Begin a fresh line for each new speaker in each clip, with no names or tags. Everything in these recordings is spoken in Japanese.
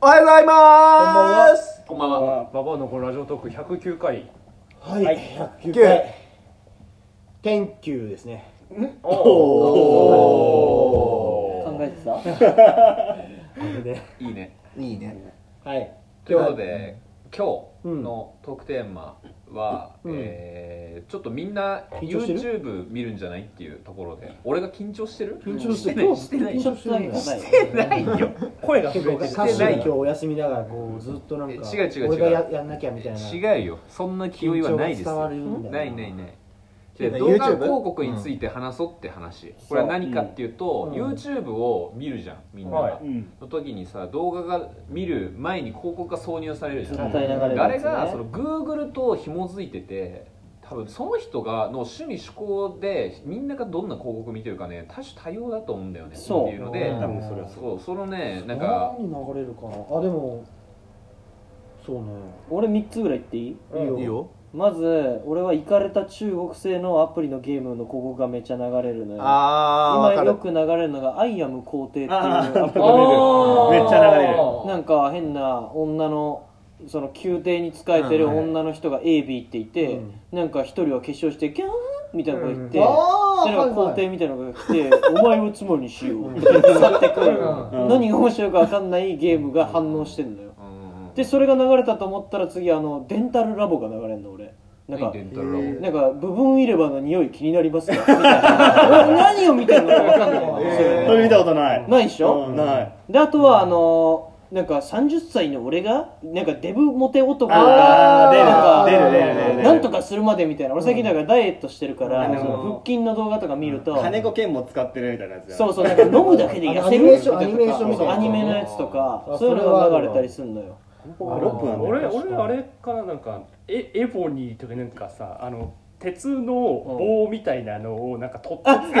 おはようございます
こんばんは。
ババアのこのラジオトーク109回
はい、
はい、
9
109回。
天球ですね
考えてた
いいね。
いいね
はい。
ということで、今日のトークテーマは、
ん
えーちょっとみんな
緊張してる
YouTube 見るんじゃないっていうところで、俺が緊張してる
緊張して
な
る
いしてない
ちょっとだけ考えて。
ないよ。
声が
結
震え
構
てる
歌手が今日お休みだからこうずっとなんか
え違う違う違う
俺がややんなきゃみたいな
違うよ。そんな気負いはないです
緊張
よ。
が伝わるんだよ
ないないない。で
だ
動画
YouTube？
広告について話そうって話、これは何かっていうと、
うん
YouTube を見るじゃんみんなが、
はい
うん。
の時にさ動画が見る前に広告が挿入されるじゃん
硬い流れ
あれがその Google と紐づいてて多分その人がの趣味趣向でみんながどんな広告見てるかね多種多様だと思うんだよねって
そう
いうので
うん
多分それは
そうそのねなんか
何に流れるかなあでもそうね
俺3つぐらい言っていい
うん
いいよ
まず、俺はイカれた中国製のアプリのゲームの広告がめっちゃ流れるのよ。
あ
今よく流れるのが「アイアム皇帝」っていうアプリが出てる
あーめっちゃ流れる
なんか変な女のその宮廷に仕えてる女の人が AB っていて、
うん
なんか一人は化粧してギャーンみたいなこと言って、
うん
あ
でなんか皇帝みたいなのが来て「お前を妻にしよう」って去ってくる、
ん
何が面白いか分かんないゲームが反応してんのよ
うん
でそれが流れたと思ったら次あのデンタルラボが流れんの俺なんか
何デンタルラボ
え
なんか部分入れ歯の匂い気になり ますかみたいな何を見てるのか分かんないの、
えー
そ
それ
れ
見
見たことない
ないでしょ、
ない
であとはあのーなんか30歳の俺がなんかデブモテ男
あ
がなんか
ー出る
出る出る出る
なんとかするまでみたいな俺最近なんかダイエットしてるから、
あのー
その腹筋の動画とか見ると、
金子剣も使ってるみたいなやつ
そう
う
そうなんか飲むだけで痩せるみたいな
アニメーションアニメーションみたいな
アニメのやつとか
あ
そういう
それはあ
の
るわ
が流れたりするのよ
ロックなんだよ
俺
確かに
俺あれからなんかエエボニーとかなんかさあの鉄の棒みたいなのをなんか取ってつけて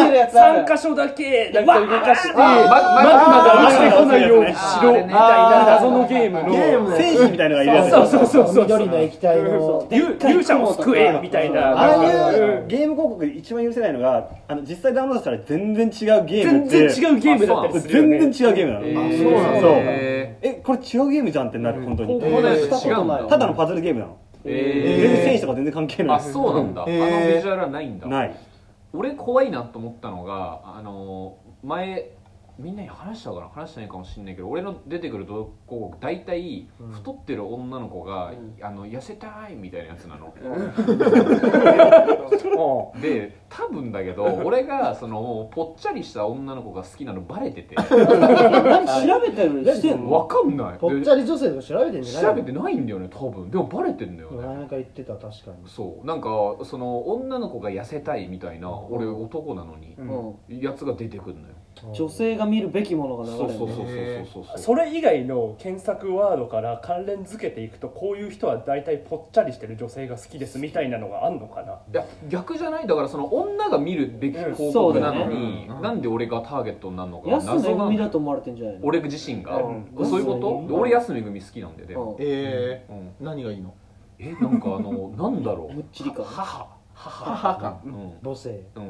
つけるやつある
3箇所だけなんか動かし
あ
て
ー
マグマが落ちてこないようにしろみたいな謎のゲーム
ゲーム
の
の
戦士みたいなのがいるやつ
そうそうそうそう
緑の液体の
勇勇者を救えみたいな
あ
なん
あい
か
うゲーム広告で一番許せないのがあの実際ダウンロードしたら全然違うゲーム
全
っ
然
て
違うゲームだったりするよね
全然違うゲームなの、
えー
あそうなんだ
そう
え
えこれ違うゲームじゃんってなる本当
ー
に、
ここのやつ違うん
えー
た
だ
だのパズルゲームなの、
え
全然戦士とか全然関係ない
あそうなんだあの
え
ビ
ー
ジュアルはないんだ
ない
俺怖いなと思ったのがあの前みんなに話したかな話してないかもしれないけど俺の出てくる動画広告大体太ってる女の子が、あの痩せたいみたいなやつなの、 で多分だけど俺がそのぽっちゃりした女の子が好きなのバレてて
何調べてるしてんの
わかんない
ぽっ
で
ちゃり女性とか調べてんじゃない
調べてないんだよね多分でもバレてんだよね
なんか言ってた確かに
そうなんかその女の子が痩せたいみたいな俺男なのに、
うん
やつが出てくるのよ
女性が見るべきものが流れ
そう
る
そうそうそうそうそう
それ以外の検索ワードから関連付けていくとこういう人は大体ぽっちゃりしてる女性が好きですみたいなのがあんのかない
や逆じゃないだからその女が見るべき
うん
広
そう
告
だ
な
よね
のに、なんで俺がターゲットになるのか
安めぐみだ
だ
と思われてんじゃないの
俺自身が、
うん
そういうこと、で俺安めぐみ好きなんでで
うん
も、
え
うん
ー、何がいいの
えなんかあの なんだろう
むっちり感
母母
感
うん
母性
う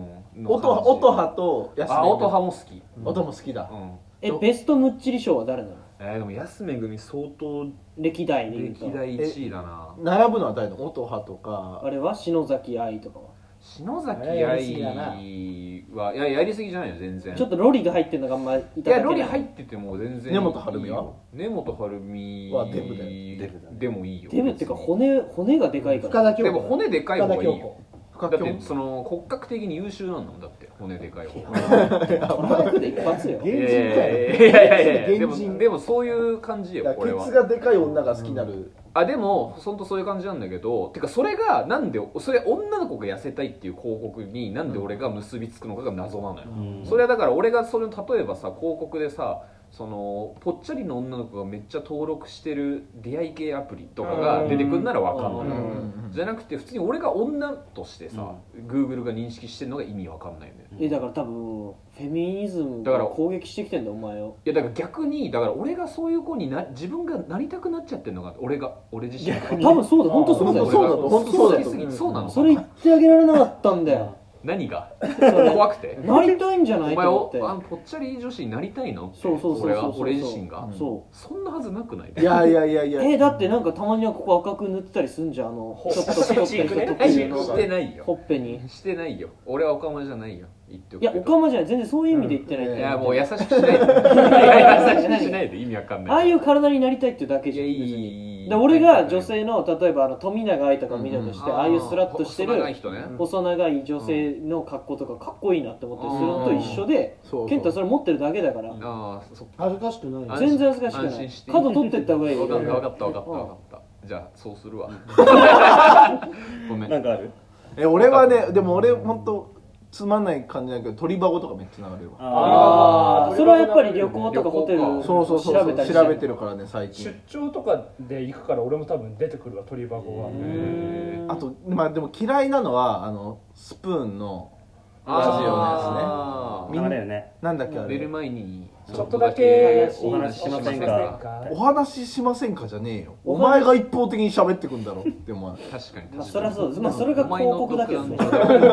ん
音は音派と安
あ音
音
派も好き、
音も好きだ
うん
えベストムッチリ賞は誰なの
えーでも安めぐみ相当
歴代で言うと
歴代1位だな
並ぶのは誰の音派とか
あれは篠崎愛とかは
篠崎
あれやりすぎ
愛
だな
はいややりすぎじゃないよ全然
ちょっとロリが入ってるのがあんまりい
い
ただ
や
けな
ロ
い
リ入ってても全然
根本晴美は
根本晴美
はデブだよ
デブだね
でもいいよ
デブっていうか骨骨がでかいから
深田恭
で
子
も骨でかい
深
方
田
がいい
恭
よ
子
だ
深
って
京子
その骨格的に優秀なんだもんだって骨でかい方が
トラックで一発よ
芸
い
人
やい
か
や
よ
いやいやいやいやで
原人
もでもそういう感じよ
だか
俺
らケ
は
ツがでかい女が好きになる
あでも本当そういう感じなんだけどてかそれがなんでそれ女の子が痩せたいっていう広告になんで俺が結びつくのかが謎なのよ、
うん
それはだから俺がそれ例えばさ広告でさそのぽっちゃりの女の子がめっちゃ登録してる出会い系アプリとかが出てくるならわかんない
うん
じゃなくて普通に俺が女としてさ、Google が認識してるのが意味わかんないよね
えだから多分フェミニズム
だから
が攻撃してきてんだよお前を
いやだから逆にだから俺がそういう子にな自分がなりたくなっちゃってるのが俺が俺自身が
多分そうだ本当そうだ
俺
よ
が
本当そうだ
好き
と思う
すぎてそうなの
それ言ってあげられなかったんだよ
何が
れ
怖くて
なりたいんじゃ
お
ない
前
と
を
思って
あのぽっちゃり女子になりたいのって
そうそうそうそう
俺は
そうそう
俺自身が
そ
そんなはずなくない
いやいやいやいうや
えだってなんかたまにはここ赤く塗ってたりすんじゃんあのちょっと太ってる人特
え
有
し
の
てないよ
ほっぺに
してないよ俺はオカマじゃないよ言っておく
い
け
や
ど
おかまじゃない全然そういう意味で言ってないって
い
いやもう優しくしない でいや優しくしないで意味わかんない
ああいう体になりたいっていうだけ
い
じゃ
や
ん
いいい
別に
いいい
で俺が女性の例えばあの富永愛とか見たとして、
んん
ああいうスラッとして
細長い
る
人ね
細長い女性の格好とかかっこいいなって思ったりするのと一緒で
そう
健太それ持ってるだけだから
ああそっか
恥ずかしくない
あ
よ
安心
全然恥ずかし
安
くな
心
い
して
角取ってった方がいいよ
わかった
俺は
わかったわかったわかったじゃあそうするわ ごめん
なんかある
え俺はねでも俺本当つまんない感じだけど鳥箱とかめっちゃ流れるわ
あ
ー
あそれはやっぱり旅行とかホテル
旅行か
そうそうそう
調べたりして
調べてるからね最
出
近
張とかで行くから俺も多分出てくるわ鳥箱は
うーん
あとまあでも嫌いなのはあのスプーンの
あ
ラジオのやつね
ー
流れるね
なんだっけあ
出る
れ
前に
ちょっとだけ
お話ししませんか
お話ししませんかじゃねえよお前が一方的に喋ってくんだろって思わない
確かに確かに、
まあそりゃそうですまあそれが広告だけど
お
ね
前の独断で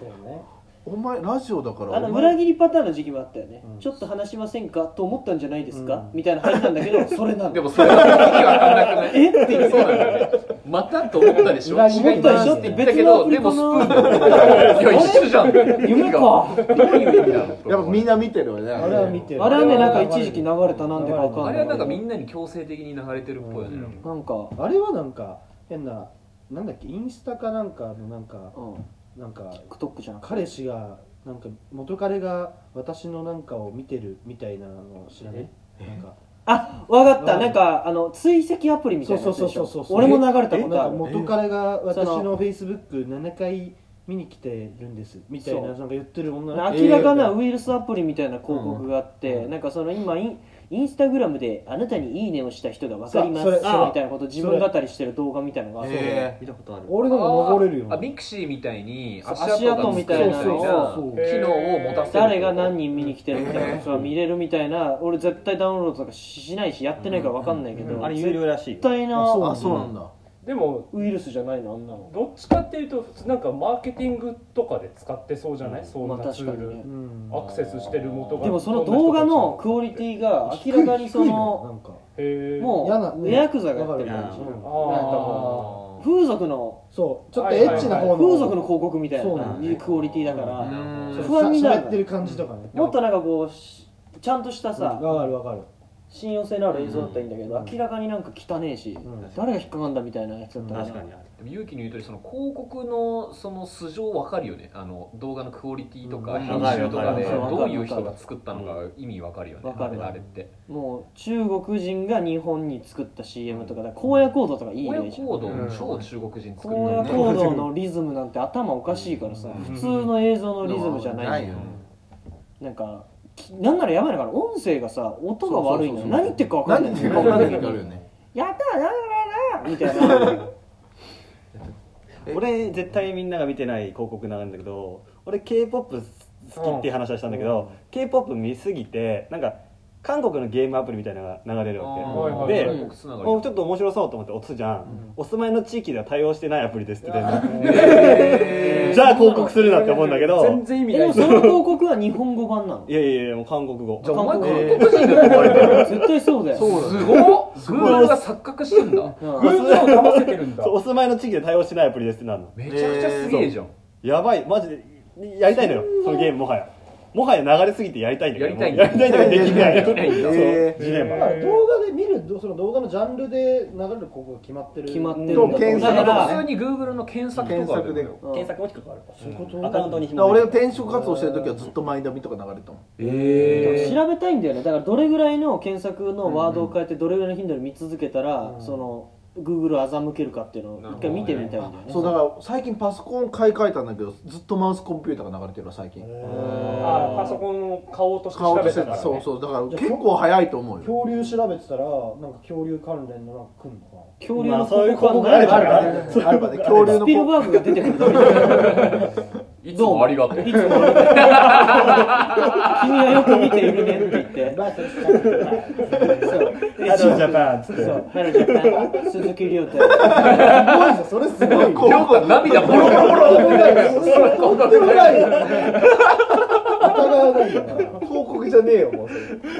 そうね
お前ラジオだから
あの
お前
裏切りパターンの時期もあったよね、ちょっと話しませんかと思ったんじゃないですか、みたいな入ったんだけど それなの
でもそれは意味わかんなくない
えっていう
そうなんだよねまたと思ったでしょ
裏切り
違います
思ったでし
言
ょ
ったけどで
別
も
の
スプ
ア
ーン
プ
だよいや一緒じゃん
夢か
どういう意味なの
やっぱみんな見てるよね
あれは見てる
あれはねなんか一時期流れたなんでかわかん
あ
ない
れはなんかみんなに強制的に流れてるっぽいよね、
うん
なんか
なんか
あれはなんか変ななんだっけインスタかなんかのなんか
うん
なんか
TikTok じゃなくて
彼氏がなんか元彼が私のなんかを見てるみたいなのを知らないなんか
あわかった
うん
なんかあの追跡アプリみた
そ
いうな
そ
や
う
つ
そ
で
う
し
そうそ
ょ
う
俺も流れたこ
なん
とあ
か
る
元彼が私
その
のフェイスブック7回見に来てるんですみたいな
そ
な
う
か
ん
言ってる女の子
明らかな
えー
ウイルスアプリみたいな広告があって、なんかその今インインスタグラムであなたにいいねをした人がわかります
そう
み
それそれ
たいなこと自分語りしてる動画みたいなのがあって、
え
見たことある
俺のも登れるよ
あミクシーみたいに
そう
足跡がつくみたいな
足跡みたいなそうそうそう
機能を持たせる
誰が何人見に来てるみたいなのが見れるみたいな、俺絶対ダウンロードとかしないしやってないからわかんないけど、
あれ有料らしいよ
絶対
あそう
ー
な
あそうなんだ
でも
ウイルスじゃないのあんなの
どっちかっていうとなんかマーケティングとかで使ってそうじゃない、そん
まあ
なツ
確か
ー
に
ル、
ね
うん
アクセスしてる元が
でもその動画のクオリティが明らかにその
なんか
へー
嫌
も
な
う
ね
ヤクザがやってる感
わか
じ
る
うん
あ
あ
風俗の
そうちょっとエッチな方の
風俗の広告みたい
そう
な
なんだ
いうクオリティだか
ー
ら
うーん
不安になる
喋ってる感じとかね
もっとなんかこうしちゃんとした
わ
さ
かるわかる
信用性のある映像だったらいいんだけど明らかになんか汚ねえし
ん
誰が引っかかんだみたいなやつだったら
確かにある
でも勇気の言うとりその広告のその素性わかるよねあの動画のクオリティと
う
か
ん
編集とかで
わかるわかる
どういう人が作ったのか意味わかるよね
わかる
あれって
もう中国人が日本に作った CM とかだから荒野行動とかいい
親
ねじゃん
行動超中国人作る
荒野行動のリズムなんて頭おかしいからさ
うん
普通の映像のリズムじゃない
よ
なんかきなんならやばいのから音声がさ音が悪いの
そうそうそうそう
何言ってるか分かん
何
ない
言ってるか分かんない時あるよ ね
やったらみたいな
え
俺絶対みんなが見てない広告なんだけど俺 k p o p 好きっていう話はしたんだけど、k p o p 見すぎてなんか韓国のゲームアプリみたいなのが流れるわ
あー
けで、
はい
広告つながり
おちょっと面白そうと思って押すじゃん、お住まいの地域では対応してないアプリですって出るの
えー
じゃあ広告するなって思うんだけど
全然意味
え で
ない
もその広告は日本語版なの
いやいやいやもう韓国語
じゃあお前
韓国
韓国人だと思わ れてる
絶対そうだよ
すごっ Google が錯覚してんだ
うん
Google を騙せてるんだ
そうお住まいの地域で対応してないアプリですってなるの
めちゃくちゃすげえじゃん
やばいマジでやりたいのよそのゲームもはやもはや流れすぎてやりたいんだけど
やりたいんだ
やりたいんだけどできない
できないんだ
そう
えー
ジレンマ
だから動画で見るその動画のジャンルで流れる広告が決まってる
決まって
る
るんだと思う
検
だ
索
か
と
普
か
通
ら
に Google の検索
検
とかある
索
ん
で
だ
だか
よ
うん
索も低くある
そういうこと
アカウントに紐
ら
づい
俺
てる
転職活動してる時はずっとマイナビとか流れてたもん
え
調べたいんだよねだからどれぐらいの検索のワードを変えてどれぐらいの頻度で見続けたら、その Google を欺けるかっていうのを一回見てみたいんだよね
そうだから最近パソコン買い替えたんだけどずっとマウスコンピューターが流れてるわ最近
あーパソコンを買おうとして
買お
調
うと
べ
して
たから、
た
ね、
そうそうだから結構早いと思うよ
恐竜調べてたらなんか恐竜関連のなんか来るのかな
恐竜
ま
の
あそういう
広告
広告
が
あ
あ
る
るから
じゃん
そうあればね恐竜
ス
の
ピル
こ
バーグが出てくるみたいない
つもありがとう
いつも君はよく見ているねって言ってて
バーセスカル
そう
ハロージャパンっつっ
そ
て
うハロジャパン鈴木亮太
すごいぞそれすごいよ
亮太涙ボロボロ
とんでもないよ疑わないよな
報告じゃねえよもう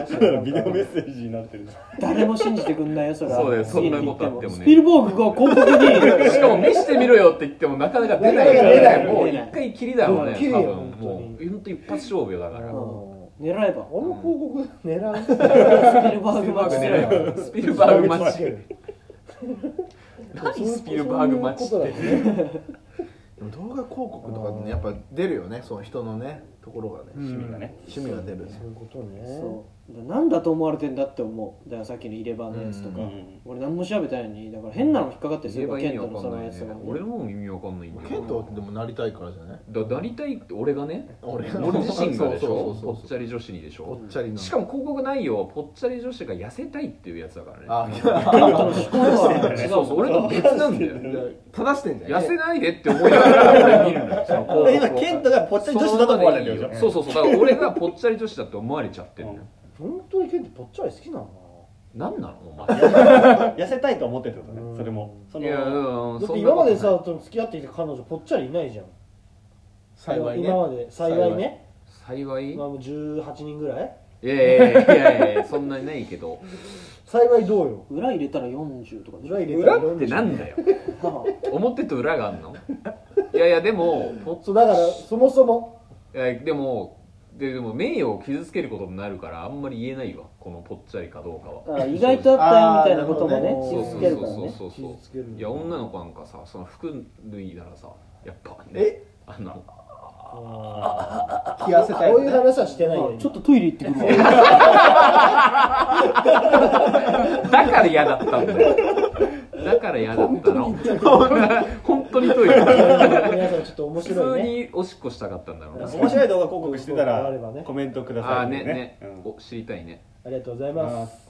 それ
確かに
ビデオメッセージになってる
誰も信じてくんないよそれは
そうだよそんなことあってもね
好きに言スピルボーグが広告に
しかも見してみろよって言ってもなかなか出ないから
なかなか出ない
もう一回きりだろうね
うんきりよ
多分も
本当
う本当一発勝負よだから
うん狙えば
あの報告狙う
スピルバ
スピ
ーグ
ル
マ
バ
ッチすれば
ーグねスピルバーグマッチ
違う
何スピルバーグマッチっ
そういう
て
ことだよね
でも動画広告とかねやっぱ出るよねその人のねところがね
趣味がね
趣味が出るね
そういうことね
そうだなんだと思われてんだって思うだからさっきの入れ歯のやつとか、
うん
俺何も調べたのにだから変なの引っかかってす
言え
るか
ば
ら
意
ケ
味
ント
わ
の
か
そ
んな
の
い
や
よ
つとか
ね俺のも意味わかんないんだよ
ケントってでもなりたいからじゃない
だなりたいって俺が ね
俺
俺自身がでし
そう
ょ
そうそう
ぽっちゃり女子にでし
ぽ
ょ
っちゃりの
しかも広告内容はぽっちゃり女子が痩せたいっていうやつだからね
あ
ケントの思考とは違う
そうそう俺と別なんだよ
正してんじゃん
痩せないでって思いながら俺見るのよその広告を
今ケントがぽっちゃり女子だと思われてるでしょ
そうそうそうだから俺がぽっちゃり女子だって思われちゃってるのよ
本当にケンってぽっちゃり好きなの
何なのお前
痩せたいと思ってるってこと
うん
ねそれもそ
いや
の
うん
だっ
そ
て
んな
今
こ
ま
と
でさその付き合ってきた彼女ぽっちゃりいないじゃん
幸いね
今まで幸いね
幸いい
まあもう18人ぐらい
やいやいやいやいやそんなにないけど
幸いどうよ
裏入れたら40とかでしょ
裏入れた
裏
ら
ってなんだよ表と裏があんのいやいやでもぽ
そうだからそもそも
いやでもででも名誉を傷つけることになるからあんまり言えないわこのぽっちゃりかどうかは
だから意外とあったよみたいなこともね
あーなるほどね
傷つけるからね
そうそうそう
傷つ
そ
け
う
るんだ
いや女の子なんかさその服脱いだらさやっぱね
え
あの
着痩せ
こ
たいう
いう話はしてないよ
ちょっとトイレ行ってくるわ
だから嫌だったんだよだから嫌だったの本当にトイレ
皆さんちょっと面
普
白
通
いね
におしっこしたかったんだろうね
面白い動画広告してた
そうそうあ
ら
ればね
コメントくだ
あ
さ
あ
い
ね
ね
ね
うん
お知りたいね
ありがとうございます